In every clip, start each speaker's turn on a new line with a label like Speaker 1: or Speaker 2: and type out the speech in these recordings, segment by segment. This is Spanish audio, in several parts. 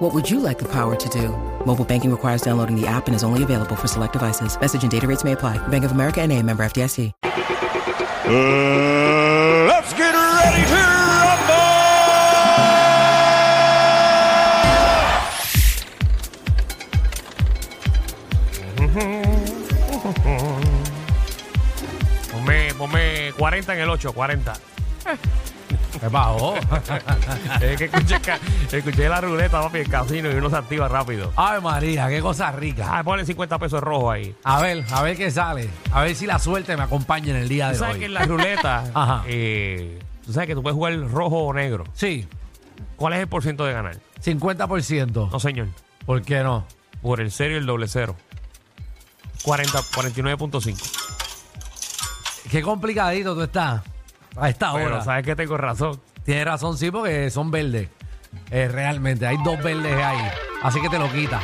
Speaker 1: What would you like the power to do? Mobile banking requires downloading the app and is only available for select devices. Message and data rates may apply. Bank of America and a member FDIC.
Speaker 2: Uh, let's get ready to rumble!
Speaker 3: Ponme, ponme 40 en el 8, 40.
Speaker 4: ¿Qué pasó?
Speaker 3: Es que escuché, ca- escuché la ruleta, papi, el casino y uno se activa rápido.
Speaker 4: Ay, María, qué cosa rica.
Speaker 3: Ah, ponle 50 pesos rojo ahí.
Speaker 4: A ver, a ver qué sale. A ver si la suerte me acompaña en el día
Speaker 3: Tú
Speaker 4: de
Speaker 3: sabes que
Speaker 4: hoy.
Speaker 3: en la ruleta,
Speaker 4: Ajá.
Speaker 3: eh, tú sabes que tú puedes jugar rojo o negro.
Speaker 4: Sí,
Speaker 3: ¿Cuál es el por ciento de ganar?
Speaker 4: 50%.
Speaker 3: No, señor.
Speaker 4: ¿Por qué no?
Speaker 3: Por el cero y el doble cero. 40, 49.5.
Speaker 4: Qué complicadito tú estás a esta
Speaker 3: Pero
Speaker 4: hora.
Speaker 3: sabes que tengo razón.
Speaker 4: Tienes razón, sí, porque son verdes. Eh, realmente, hay dos verdes ahí. Así que te lo quitas.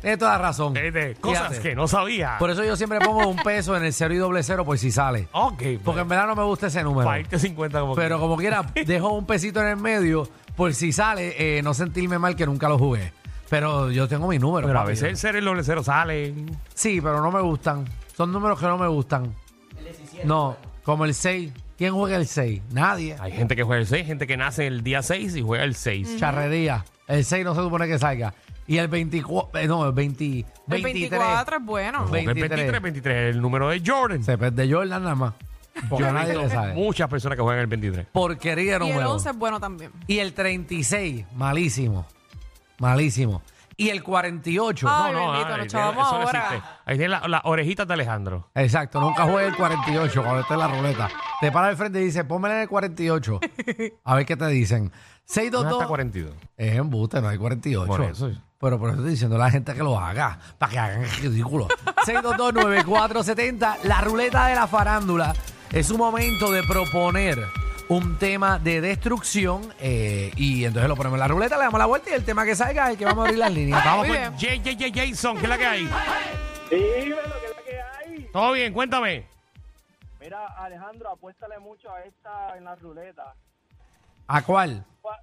Speaker 4: Tienes toda razón.
Speaker 3: Eh, de cosas
Speaker 4: Fíjate.
Speaker 3: que no sabía.
Speaker 4: Por eso yo siempre pongo un peso en el cero y doble cero por si sale.
Speaker 3: ok, pues,
Speaker 4: Porque en verdad no me gusta ese número.
Speaker 3: para irte 50 como
Speaker 4: Pero como quiera, dejo un pesito en el medio por si sale, eh, no sentirme mal que nunca lo jugué. Pero yo tengo mi número.
Speaker 3: Pero a
Speaker 4: papi.
Speaker 3: veces el cero y el doble cero salen.
Speaker 4: Sí, pero no me gustan. Son números que no me gustan. No, como el 6. ¿Quién juega el 6? Nadie.
Speaker 3: Hay gente que juega el 6, gente que nace el día 6 y juega el 6.
Speaker 5: Mm.
Speaker 4: Charrería. El 6 no se supone que salga. Y el 24, eh, no, el 20,
Speaker 5: El
Speaker 4: 23.
Speaker 5: 24 es bueno.
Speaker 4: Ve-
Speaker 3: 23. 23,
Speaker 4: 23.
Speaker 3: 23, el número de Jordan.
Speaker 4: Se pierde Jordan nada más. Porque
Speaker 3: Yo he
Speaker 4: nadie
Speaker 3: visto
Speaker 4: lo sabe.
Speaker 3: Muchas personas que juegan el 23.
Speaker 4: Porquería no
Speaker 5: Y el
Speaker 4: juego.
Speaker 5: 11 es bueno también.
Speaker 4: Y el 36, malísimo. Malísimo. Y el 48.
Speaker 5: Ah,
Speaker 4: no,
Speaker 3: ahí
Speaker 5: Ay, bendito, nos
Speaker 3: tiene-
Speaker 5: chavamos
Speaker 3: eso no
Speaker 5: ahora.
Speaker 3: existe. Ahí tiene la- las orejitas de Alejandro.
Speaker 4: Exacto, nunca juegue el 48 cuando esté en la ruleta. Te para al frente y dice, pónmela en el 48. A ver qué te dicen.
Speaker 3: No es hasta
Speaker 4: 622.
Speaker 3: 42.
Speaker 4: Es embuste, no hay 48.
Speaker 3: Por eso.
Speaker 4: Pero por eso estoy diciendo a la gente que lo haga, para que hagan el ridículo. 6229470, la ruleta de la farándula. Es un momento de proponer un tema de destrucción eh, y entonces lo ponemos en la ruleta, le damos la vuelta y el tema que salga es el que vamos a abrir las líneas.
Speaker 3: Vamos
Speaker 5: Muy
Speaker 3: con JJ Jason, ¿qué es la que hay?
Speaker 6: Dímelo, que es la que hay.
Speaker 3: Todo bien, cuéntame.
Speaker 6: Mira, Alejandro, apuéstale mucho a esta en la ruleta.
Speaker 4: ¿A cuál?
Speaker 6: ¿Cuál,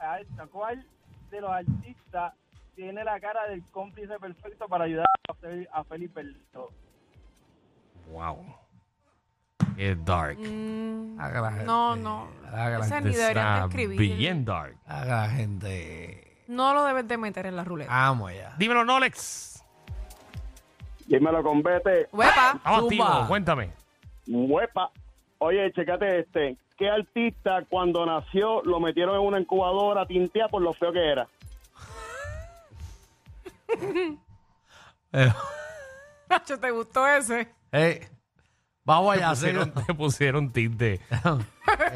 Speaker 6: a esta, ¿cuál de los artistas tiene la cara del cómplice perfecto para ayudar a, Fel- a Felipe Lito?
Speaker 3: Wow. It's dark.
Speaker 4: Haga la gente.
Speaker 5: No, no.
Speaker 4: Haga la
Speaker 5: Ese
Speaker 4: gente.
Speaker 5: Mm, ni deberían de
Speaker 3: Está bien
Speaker 5: escribir.
Speaker 3: dark.
Speaker 4: Haga la gente.
Speaker 5: No lo debes de meter en la ruleta.
Speaker 4: Amo ya.
Speaker 3: Dímelo, Nolex.
Speaker 6: Dímelo con Vete,
Speaker 5: Huepa.
Speaker 3: Vamos,
Speaker 4: Zumba.
Speaker 3: activo, cuéntame.
Speaker 6: huepa. Oye, checate este. ¿Qué artista cuando nació lo metieron en una incubadora tintea por lo feo que era?
Speaker 4: Eh,
Speaker 5: Nacho, ¿te gustó ese?
Speaker 4: eh, vamos allá,
Speaker 3: Pusieron-
Speaker 4: hacer
Speaker 3: Te pusieron tinte.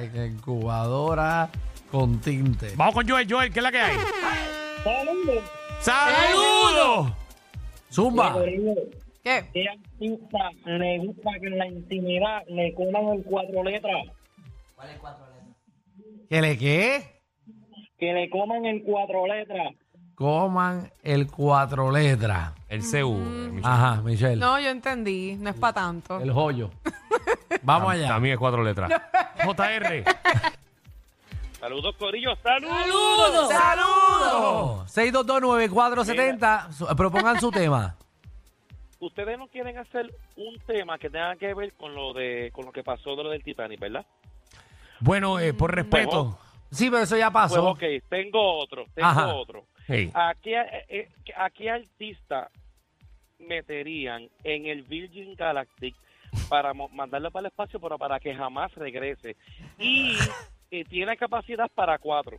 Speaker 4: en incubadora con tinte.
Speaker 3: Vamos con Joel, Joel, ¿qué es la que hay? ¡Saludos!
Speaker 4: Zumba.
Speaker 5: ¿Qué?
Speaker 7: ¿Qué artista le gusta que en la intimidad le coman en cuatro letras?
Speaker 4: ¿Que le qué?
Speaker 7: Que le coman en cuatro letras.
Speaker 4: Coman el cuatro letras.
Speaker 3: El CU. Michelle.
Speaker 4: Ajá, Michelle.
Speaker 5: No, yo entendí. No es para tanto.
Speaker 4: El joyo. Vamos allá.
Speaker 3: También es cuatro letras. JR.
Speaker 6: Saludos, Corillo, saludos.
Speaker 4: Oh, 6229470. su- Propongan su tema.
Speaker 8: ustedes no quieren hacer un tema que tenga que ver con lo de con lo que pasó de lo del Titanic, ¿verdad?
Speaker 3: Bueno, eh, por respeto.
Speaker 4: Sí, pero eso ya
Speaker 8: Pues
Speaker 4: pasó.
Speaker 8: ok, tengo otro, tengo
Speaker 4: Ajá.
Speaker 8: otro.
Speaker 3: Hey.
Speaker 8: ¿A qué, eh, eh, a qué artista meterían en el Virgin Galactic para mo- mandarlo para el espacio, pero eh, para que jamás regrese? Y que tiene capacidad para cuatro.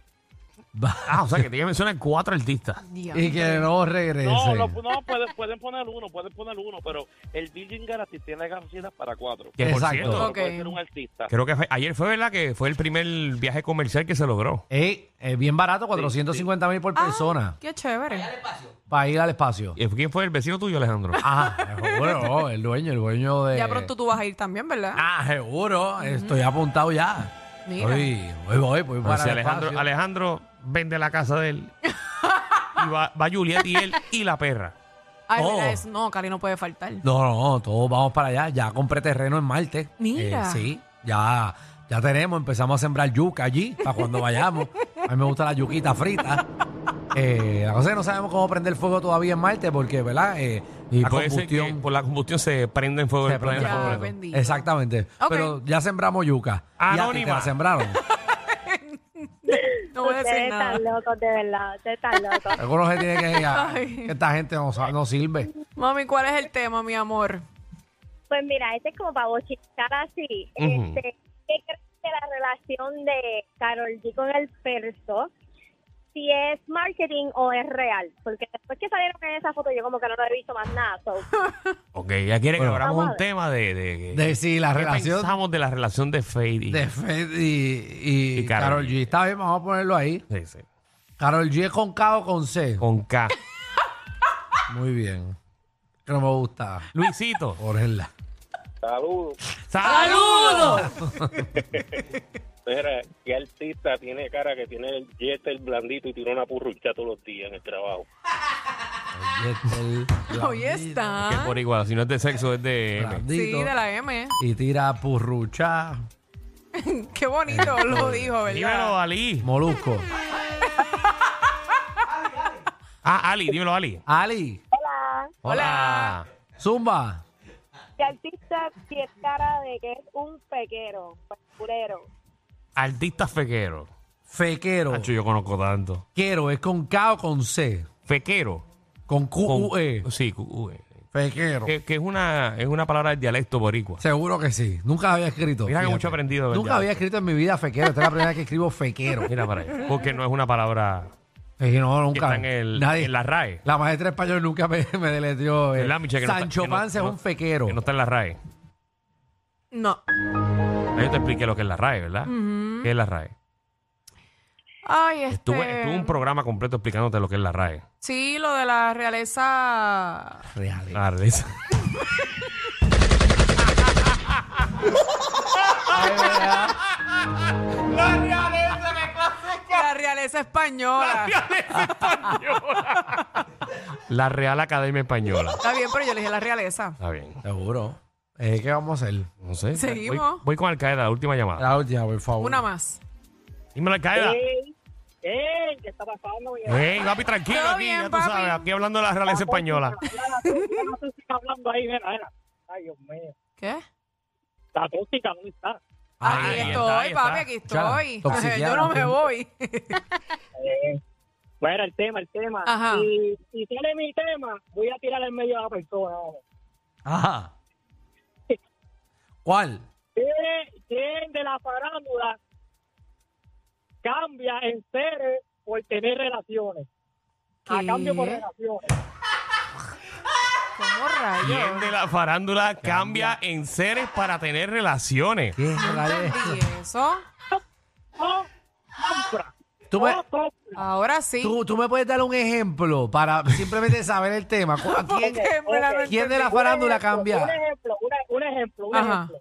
Speaker 4: Va-
Speaker 3: Ah, o sea que tiene que mencionar cuatro artistas.
Speaker 4: y que no regrese.
Speaker 8: No, lo- no pueden, pueden poner uno, pueden poner uno, pero el Virgin Galactic tiene la capacidad para cuatro.
Speaker 3: Que por
Speaker 4: Exacto.
Speaker 3: cierto,
Speaker 8: No
Speaker 5: Ok.
Speaker 8: puede ser un artista.
Speaker 3: creo que fue- ayer fue, ¿verdad? Que fue el primer viaje comercial que se logró.
Speaker 4: Ey, es bien barato, 450 mil por persona,
Speaker 5: Qué chévere.
Speaker 4: para ir al espacio.
Speaker 3: ¿Y Eh, ¿Quién fue el vecino tuyo, Alejandro?
Speaker 4: Ah, Ajá, seguro, oh, el dueño, el dueño de...
Speaker 5: Ya pronto tú vas a ir también, ¿verdad?
Speaker 4: Ah, seguro, estoy apuntado ya.
Speaker 5: Mira.
Speaker 4: Hoy, hoy voy, voy
Speaker 3: Bueno,
Speaker 4: para
Speaker 3: Pues si
Speaker 4: el
Speaker 3: Alejandro,
Speaker 4: espacio.
Speaker 3: Alejandro vende la casa de él y va, va Juliet y él y la perra.
Speaker 5: Ay,
Speaker 4: Oh.
Speaker 5: mira eso. No, Cali no puede faltar.
Speaker 4: No, no, no, todos vamos para allá. Ya compré terreno en Marte. Eh,
Speaker 5: Mira.
Speaker 4: sí, ya, ya tenemos. Empezamos a sembrar yuca allí para cuando vayamos. A mí me gusta la yuquita frita. Eh, la cosa es que no sabemos cómo prender fuego todavía en Marte porque, ¿verdad? Eh,
Speaker 3: Y
Speaker 4: la
Speaker 3: puede ser
Speaker 4: combustión.
Speaker 3: que por la combustión se prende en fuego
Speaker 4: se
Speaker 3: el
Speaker 4: prende
Speaker 3: planeta.
Speaker 5: Ya,
Speaker 4: fuego.
Speaker 5: bendito.
Speaker 4: Exactamente.
Speaker 5: Ok.
Speaker 4: Pero ya sembramos yuca. Y a ti
Speaker 3: Anónima.
Speaker 4: te la sembraron.
Speaker 5: No voy a decir
Speaker 9: Ustedes
Speaker 5: nada.
Speaker 9: están locos, de verdad. Ustedes están locos.
Speaker 4: Algunos se tiene que decir, ah,
Speaker 5: Ay.
Speaker 4: que esta gente no, sa- no sirve.
Speaker 5: Mami, ¿cuál es el tema, mi amor?
Speaker 9: Pues mira, este es como para bochichar así.
Speaker 3: Ujú.
Speaker 9: este, ¿Qué crees de la relación de Carol G con el perso? Si es marketing o es real. Porque después que salieron en esa foto, yo como que no lo he visto más nada. so.
Speaker 3: Ok, ya quiere que
Speaker 4: Bueno.
Speaker 3: abramos
Speaker 9: Vamos a
Speaker 3: un
Speaker 9: ver.
Speaker 3: tema de, de,
Speaker 4: De si la
Speaker 3: ¿qué
Speaker 4: relación
Speaker 3: pensamos de la relación de Fade y-
Speaker 4: de Fed y, y,
Speaker 3: Y Karol
Speaker 4: Carol G.
Speaker 3: G.
Speaker 4: Está bien, vamos a ponerlo ahí.
Speaker 3: Sí, sí.
Speaker 4: Carol G es con K o con C.
Speaker 3: con K.
Speaker 4: Muy bien. Que no me gusta.
Speaker 3: Luisito.
Speaker 4: Orela.
Speaker 8: Saludos.
Speaker 3: ¡Saludos!
Speaker 8: Mira, ¿qué artista tiene cara que tiene el jet el blandito y tiene una purrucha todos los días en el trabajo?
Speaker 4: este,
Speaker 5: Hoy está.
Speaker 3: Que por igual, si no es de sexo, es de... M.
Speaker 5: Sí, de la M.
Speaker 4: Y tira purrucha.
Speaker 5: Qué bonito lo dijo,
Speaker 3: Dímelo,
Speaker 5: ¿verdad?
Speaker 3: Ali.
Speaker 4: Molusco.
Speaker 3: Ah, Ali, dímelo, Ali.
Speaker 4: Ali.
Speaker 9: Hola.
Speaker 3: Hola.
Speaker 4: Zumba.
Speaker 9: ¿Qué artista tiene cara de que es un pequero, pues, purero?
Speaker 3: Artista fequero.
Speaker 4: Fequero.
Speaker 3: Hacho, yo conozco tanto.
Speaker 4: Quero es con K o con C.
Speaker 3: Fequero.
Speaker 4: Con
Speaker 3: Con-
Speaker 4: Q-U-E.
Speaker 3: Sí, Q-U-E.
Speaker 4: Fequero.
Speaker 3: Que, que es, una, es una palabra del dialecto boricua.
Speaker 4: Seguro que sí. Nunca había escrito.
Speaker 3: Mira que
Speaker 4: fíjate.
Speaker 3: mucho he aprendido, ¿verdad?
Speaker 4: Nunca había escrito en mi vida fequero. Esta es la primera vez que escribo fequero.
Speaker 3: Mira para allá. Porque no es una palabra
Speaker 4: Eh, no,
Speaker 3: que
Speaker 4: nunca.
Speaker 3: está en, el,
Speaker 4: Nadie.
Speaker 3: en la RAE.
Speaker 4: La maestra de español nunca me, me deleteó. eh.
Speaker 3: ¿Verdad, Michelle? Que no está-
Speaker 4: Sancho
Speaker 3: que no-
Speaker 4: Panza
Speaker 3: que
Speaker 4: es
Speaker 3: no-
Speaker 4: un fequero.
Speaker 3: Que no está en la RAE.
Speaker 5: No.
Speaker 3: Ah, Yo te expliqué lo que es la RAE, ¿verdad? ¿Qué es la RAE?
Speaker 5: Ay, este...
Speaker 3: Tuve, tuve un programa completo explicándote lo que es la RAE.
Speaker 5: Sí, lo de la realeza...
Speaker 4: Real.
Speaker 3: La realeza.
Speaker 5: La realeza española.
Speaker 3: La Real Academia Española.
Speaker 5: Está bien, pero yo le dije la realeza.
Speaker 3: Está bien.
Speaker 4: Seguro. Eh, ¿Qué vamos a hacer?
Speaker 3: No sé.
Speaker 5: Seguimos.
Speaker 3: Voy, voy con Al-Qaeda, la última llamada.
Speaker 4: La última, por favor.
Speaker 5: Una más.
Speaker 3: Dímelo, Al-Qaeda.
Speaker 7: ¡Ey! ¡Ey! ¿Qué está pasando? mi hermano?
Speaker 3: Ey, papi, tranquilo
Speaker 5: Todo
Speaker 3: aquí,
Speaker 5: bien,
Speaker 3: ya tú
Speaker 5: papi.
Speaker 3: sabes. Aquí hablando de la realeza española.
Speaker 7: No sé si está hablando ahí, mira, mira. Ay, Dios mío.
Speaker 5: ¿Qué?
Speaker 7: La tóxica, ¿dónde está?
Speaker 3: Ah,
Speaker 5: aquí
Speaker 3: ahí
Speaker 5: estoy,
Speaker 3: está, ahí está.
Speaker 5: papi, aquí estoy.
Speaker 4: Chala, toxiqueada.
Speaker 5: yo no me voy.
Speaker 7: Eh, bueno, el tema, el tema.
Speaker 5: Ajá.
Speaker 7: Si, si sale mi tema, voy a tirar en medio a la persona. vamos.
Speaker 4: Ajá. ¿Cuál?
Speaker 7: ¿Quién quién de la farándula cambia en seres por tener relaciones? A
Speaker 5: ¿Qué?
Speaker 7: cambio por relaciones.
Speaker 5: ¿Cómo
Speaker 3: ¿Quién
Speaker 5: rayos?
Speaker 3: de la farándula cambia en seres para tener relaciones?
Speaker 4: ¿Qué es la de-
Speaker 5: ¿Y eso?
Speaker 7: O compra.
Speaker 4: ¿Tú, me,
Speaker 7: O compra.
Speaker 5: Ahora sí.
Speaker 4: tú- tú me puedes dar un ejemplo para simplemente saber el tema. ¿Cu- a quién,
Speaker 5: Porque en verdad no
Speaker 4: quién de la
Speaker 5: entendí.
Speaker 4: farándula
Speaker 7: Un
Speaker 4: cambia?
Speaker 7: ejemplo, una- un ejemplo, un
Speaker 5: Ajá.
Speaker 7: ejemplo.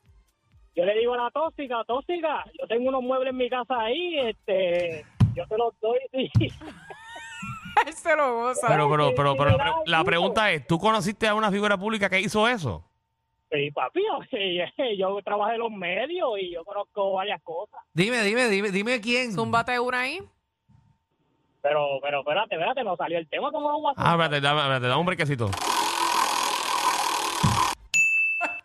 Speaker 7: Yo le digo a la tóxica, tóxica, yo tengo unos muebles en mi casa ahí, este, yo te los doy. sí.
Speaker 5: Él se lo goza.
Speaker 3: Pero, pero, pero, pero la, pre- la pregunta es, ¿tú conociste a una figura pública que hizo eso?
Speaker 7: Sí, papi, oye, yo trabajé en los medios y yo conozco varias cosas.
Speaker 4: Dime, dime, dime, dime quién.
Speaker 5: Zúmbate una ahí.
Speaker 7: Pero, pero, espérate, espérate, no salió el tema como agua.
Speaker 3: Ah, espérate, dame, espérate, dame un brequecito.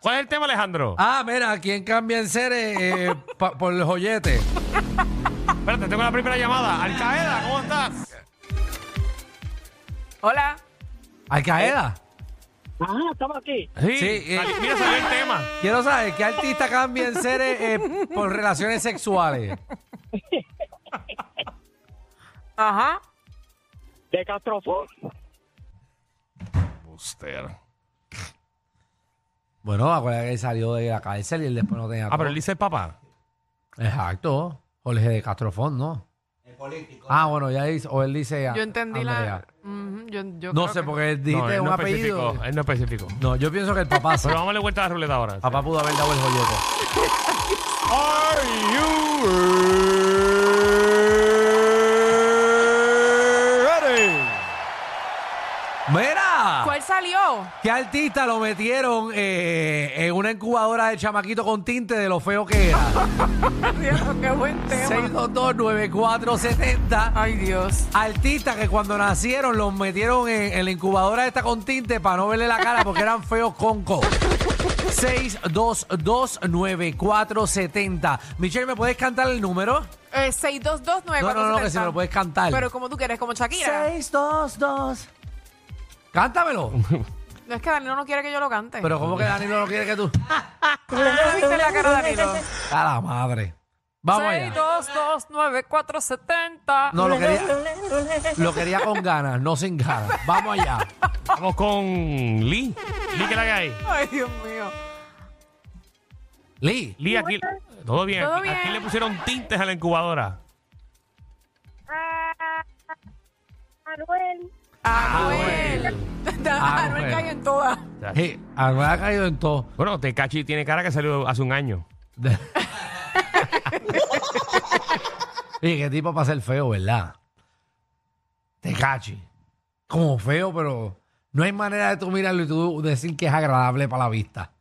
Speaker 3: ¿Cuál es el tema, Alejandro?
Speaker 4: Ah, mira, ¿quién cambia en seres eh, pa- por el joyete?
Speaker 3: Espérate, tengo la primera llamada. Al-Qaeda, ¿cómo estás?
Speaker 5: Hola.
Speaker 4: ¿Al Qaeda?
Speaker 7: Ah, estamos aquí.
Speaker 3: Sí,
Speaker 4: Sí, eh.
Speaker 3: sal- mira, salió el tema.
Speaker 4: Quiero saber qué artista cambia en seres eh, por relaciones sexuales.
Speaker 5: Ajá.
Speaker 7: de Castrofón.
Speaker 3: Buster.
Speaker 4: Bueno, acuérdate que él salió de la cárcel y él después no tenía.
Speaker 3: Ah, pero él dice el papá.
Speaker 4: Exacto. Jorge de Castrofón, ¿no? político. Ah, bueno, ya dice. O él dice. ah,
Speaker 5: Yo entendí
Speaker 4: Andrea.
Speaker 5: la. Ujú, yo, yo
Speaker 4: No
Speaker 5: creo
Speaker 4: sé,
Speaker 5: que-
Speaker 4: porque
Speaker 3: No,
Speaker 4: dijiste
Speaker 3: él
Speaker 4: un
Speaker 3: no
Speaker 4: apellido.
Speaker 3: especificó. Él no especificó. Pero
Speaker 4: No, yo pienso que el papá sí.
Speaker 3: vamos a darle vuelta a la ruleta ahora.
Speaker 4: Papá pudo haber dado el joyete.
Speaker 2: Are you ready?
Speaker 4: ¡Mira!
Speaker 5: ¿Cuál salió?
Speaker 4: ¿Qué artista lo metieron eh, en una incubadora de chamaquito con tinte de lo feo que era?
Speaker 5: Dios, qué buen tema.
Speaker 4: 6229470.
Speaker 5: Ay, Dios.
Speaker 4: Artistas que cuando nacieron los metieron en, en la incubadora esta con tinte para no verle la cara porque eran feos con co. 6229470. Michelle, ¿me puedes cantar el número?
Speaker 5: Eh, 6229470.
Speaker 4: No, no, no, que si me lo puedes cantar.
Speaker 5: Pero como tú quieres, como Shakira.
Speaker 4: 622. Cántamelo.
Speaker 5: No es que Danilo no quiere que yo lo cante.
Speaker 4: Pero ¿cómo que Danilo no quiere que tú?
Speaker 5: ¿No viste la cara de Danilo?
Speaker 4: A la madre. Vamos allá.
Speaker 5: 6229470.
Speaker 4: No, lo quería, lo quería con ganas, no sin ganas. Vamos allá.
Speaker 3: Vamos con Lee. Lee, ¿qué la que hay?
Speaker 5: Ay, Dios mío.
Speaker 4: Lee.
Speaker 3: Lee, aquí. Todo bien.
Speaker 5: Todo
Speaker 3: aquí- Aquí
Speaker 5: bien.
Speaker 3: le pusieron tintes a la incubadora.
Speaker 9: Ah, Anuel,
Speaker 4: Ah,
Speaker 5: Anuel. Da- Anuel
Speaker 4: Anuel.
Speaker 5: cayó Ah, en todas.
Speaker 4: Sí, ah, me ha caído en todo.
Speaker 3: Bueno, Tecachi tiene cara que salió hace un año.
Speaker 4: Oye, qué tipo para ser feo, ¿verdad? Te cachi. Como feo, pero no hay manera de tú mirarlo y tú decir que es agradable para la vista.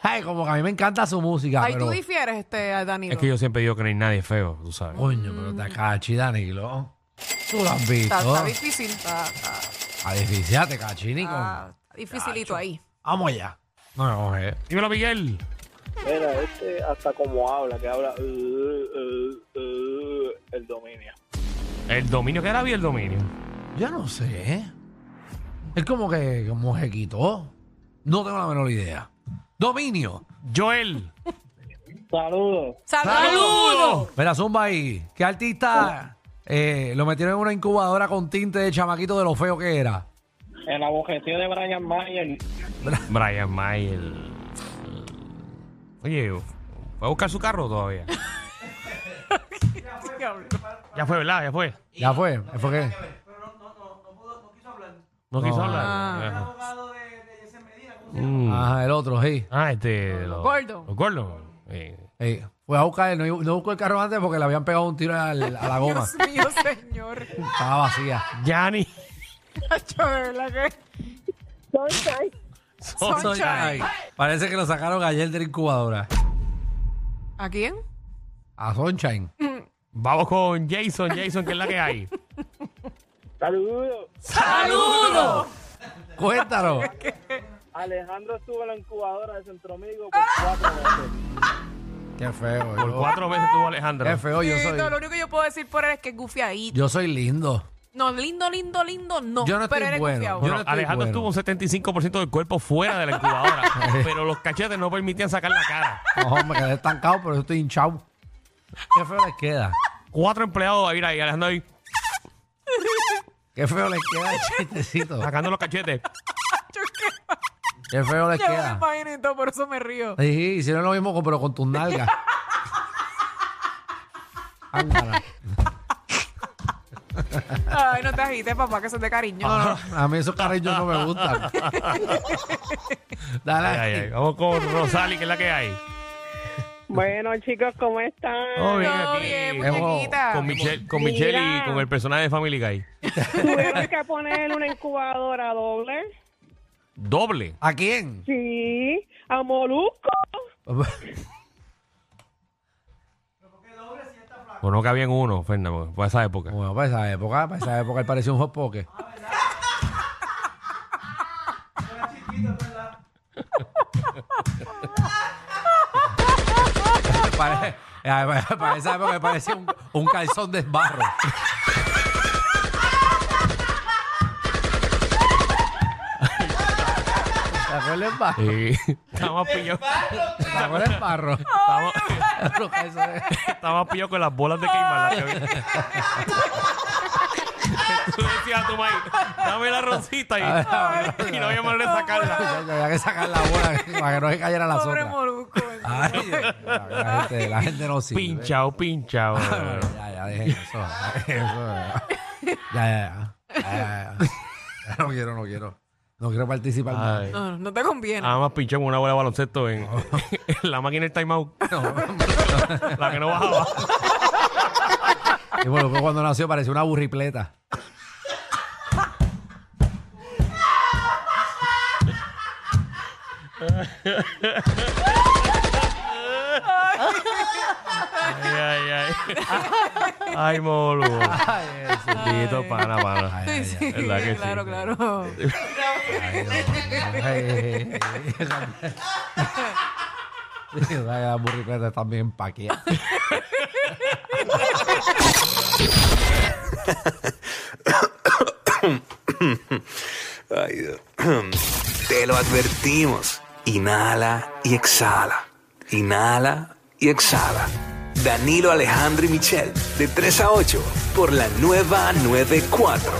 Speaker 4: Ay, como que a mí me encanta su música,
Speaker 5: Ahí
Speaker 4: pero...
Speaker 5: tú difieres, este, Danilo.
Speaker 3: Es que yo siempre digo que no hay nadie feo, tú sabes.
Speaker 4: Coño, pero te cachi, Danilo. Tú lo has visto.
Speaker 5: Está, está difícil. Está, está-
Speaker 4: A difícil, te cachi, Nico.
Speaker 5: está dificilito ahí.
Speaker 4: Vamos allá. No, no, no, eh.
Speaker 3: Dímelo, Miguel.
Speaker 6: Mira, este hasta como habla, que habla uh, el dominio.
Speaker 3: El dominio, ¿qué era bien el dominio?
Speaker 4: Yo no sé. Es como que como se quitó. No tengo la menor idea. Dominio.
Speaker 3: Joel.
Speaker 7: Saludos.
Speaker 5: ¡Saludos!
Speaker 4: Mira, Zumba ahí. ¿Qué artista eh, lo metieron en una incubadora con tinte de chamaquito de lo feo que era?
Speaker 7: El abojecillo de Brian Mayer.
Speaker 3: Brian Mayer. Oye, ¿va a buscar su carro todavía? ya fue, ¿verdad? Ya fue.
Speaker 4: Ya fue. ¿Fue qué?
Speaker 3: No quiso
Speaker 4: No.
Speaker 3: hablar.
Speaker 5: Ah.
Speaker 3: Mm.
Speaker 4: Ajá, el otro, sí.
Speaker 3: Ah, este. Los
Speaker 5: gordos.
Speaker 3: Los gordos. Eh,
Speaker 4: Sí. Fue a buscar, no, no buscó el carro antes porque le habían pegado un tiro al- a la goma.
Speaker 5: Dios mío, señor.
Speaker 4: Estaba vacía.
Speaker 3: Yanni.
Speaker 5: Nacho, de ¿verdad que?
Speaker 9: Sunshine.
Speaker 5: Sunshine.
Speaker 4: Ay, Parece que lo sacaron ayer de la incubadora.
Speaker 5: ¿A quién?
Speaker 4: A Sunshine.
Speaker 3: Vamos con Jason. Jason, ¿qué es la que hay?
Speaker 6: Saludos.
Speaker 5: ¡Saludos!
Speaker 4: Cuéntanos.
Speaker 6: Alejandro estuvo en la incubadora de Centroamigo por cuatro meses.
Speaker 4: Qué feo.
Speaker 3: Por
Speaker 4: yo-
Speaker 3: cuatro veces tuvo Alejandro.
Speaker 4: Qué feo. Yo soy,
Speaker 5: Lo único que yo puedo decir por él es que es gufiadito.
Speaker 4: yo soy lindo.
Speaker 5: No, lindo, lindo, lindo, no.
Speaker 4: Yo no
Speaker 5: pero
Speaker 4: estoy
Speaker 5: eres
Speaker 4: bueno.
Speaker 5: confiado.
Speaker 4: Yo
Speaker 3: Bueno,
Speaker 4: no estoy
Speaker 3: Alejandro
Speaker 4: bueno.
Speaker 3: estuvo un 75% del cuerpo fuera de la incubadora, pero los cachetes no permitían sacar la cara.
Speaker 4: No, me quedé estancado, pero yo estoy hinchado. Qué feo les queda.
Speaker 3: Cuatro empleados a ir ahí, Alejandro ahí,
Speaker 4: Qué feo les queda el chistecito.
Speaker 3: sacando los cachetes.
Speaker 4: Qué feo les
Speaker 5: Yo me
Speaker 4: queda.
Speaker 5: imagino y todo, por eso me río.
Speaker 4: Sí, hicieron lo mismo, con- pero con tus nalgas. Ángala.
Speaker 5: Ay, no te agites, papá, que eso es de cariño.
Speaker 3: Ah,
Speaker 4: A mí esos carrillos no me gustan. Dale.
Speaker 3: Ay, ay, ay. Vamos con Rosali, que es la que hay.
Speaker 7: Bueno, chicos, ¿cómo están?
Speaker 3: Todo bien
Speaker 5: Todo
Speaker 3: aquí.
Speaker 5: bien,
Speaker 4: Hemos-
Speaker 5: muñequita.
Speaker 3: Con Michelle, con Michelle y
Speaker 7: Mira.
Speaker 3: con el personaje de Family Guy.
Speaker 7: Tuvieron que poner una incubadora doble.
Speaker 3: Doble.
Speaker 4: ¿A quién?
Speaker 7: Sí, a Molusco.
Speaker 3: Bueno, no cabían uno, Fernando, para esa época.
Speaker 4: Bueno, para esa época, para esa época él parecía un hot pocket. Pare- eh, para esa época él parecía un, un calzón de barro. ¿Te acuerdas? acuerdas del barro?
Speaker 3: Sí. Estamos pillados.
Speaker 4: ¿Te acuerdas del barro?
Speaker 3: Estamos,
Speaker 4: Lo que eso es.
Speaker 3: estamos pillados con las bolas de Keimar. Tú decías a tu maíz, dame la rosita y, y no había manera de sacarla.
Speaker 4: Había que sacar la bola para que no se cayera la
Speaker 5: Pobre
Speaker 4: sombra.
Speaker 5: Molusco.
Speaker 3: Ah.
Speaker 4: Ay, la, la gente, la gente no sirve.
Speaker 3: Pinchao, pinchao.
Speaker 4: Bueno, Ya, ya, dejen eso. dejen eso. ya, ya, ya. Ya, ya, ya. Ya No quiero, no quiero. No quiero participar. más.
Speaker 3: Ay.
Speaker 5: No, no, no te conviene.
Speaker 3: Nada más pinchamos una bola de baloncesto en, en la máquina del timeout. la que no bajaba.
Speaker 4: Y bueno, fue cuando nació pareció una burripleta.
Speaker 3: Ay, ay, ay. Ay, molo.
Speaker 4: Ay, eso.
Speaker 3: Bendito pana, pana.
Speaker 4: Ay,
Speaker 5: Sí,
Speaker 4: ay,
Speaker 3: ¿verdad que sí?
Speaker 5: claro, claro.
Speaker 4: ay, ay, ay, ay. Esa- Las burripletas están bien paqueadas.
Speaker 10: Ay, Dios. Te lo advertimos. Inhala y exhala. Inhala y exhala. Danilo Alejandro y Michel, de 3 a 8, por la nueva 94.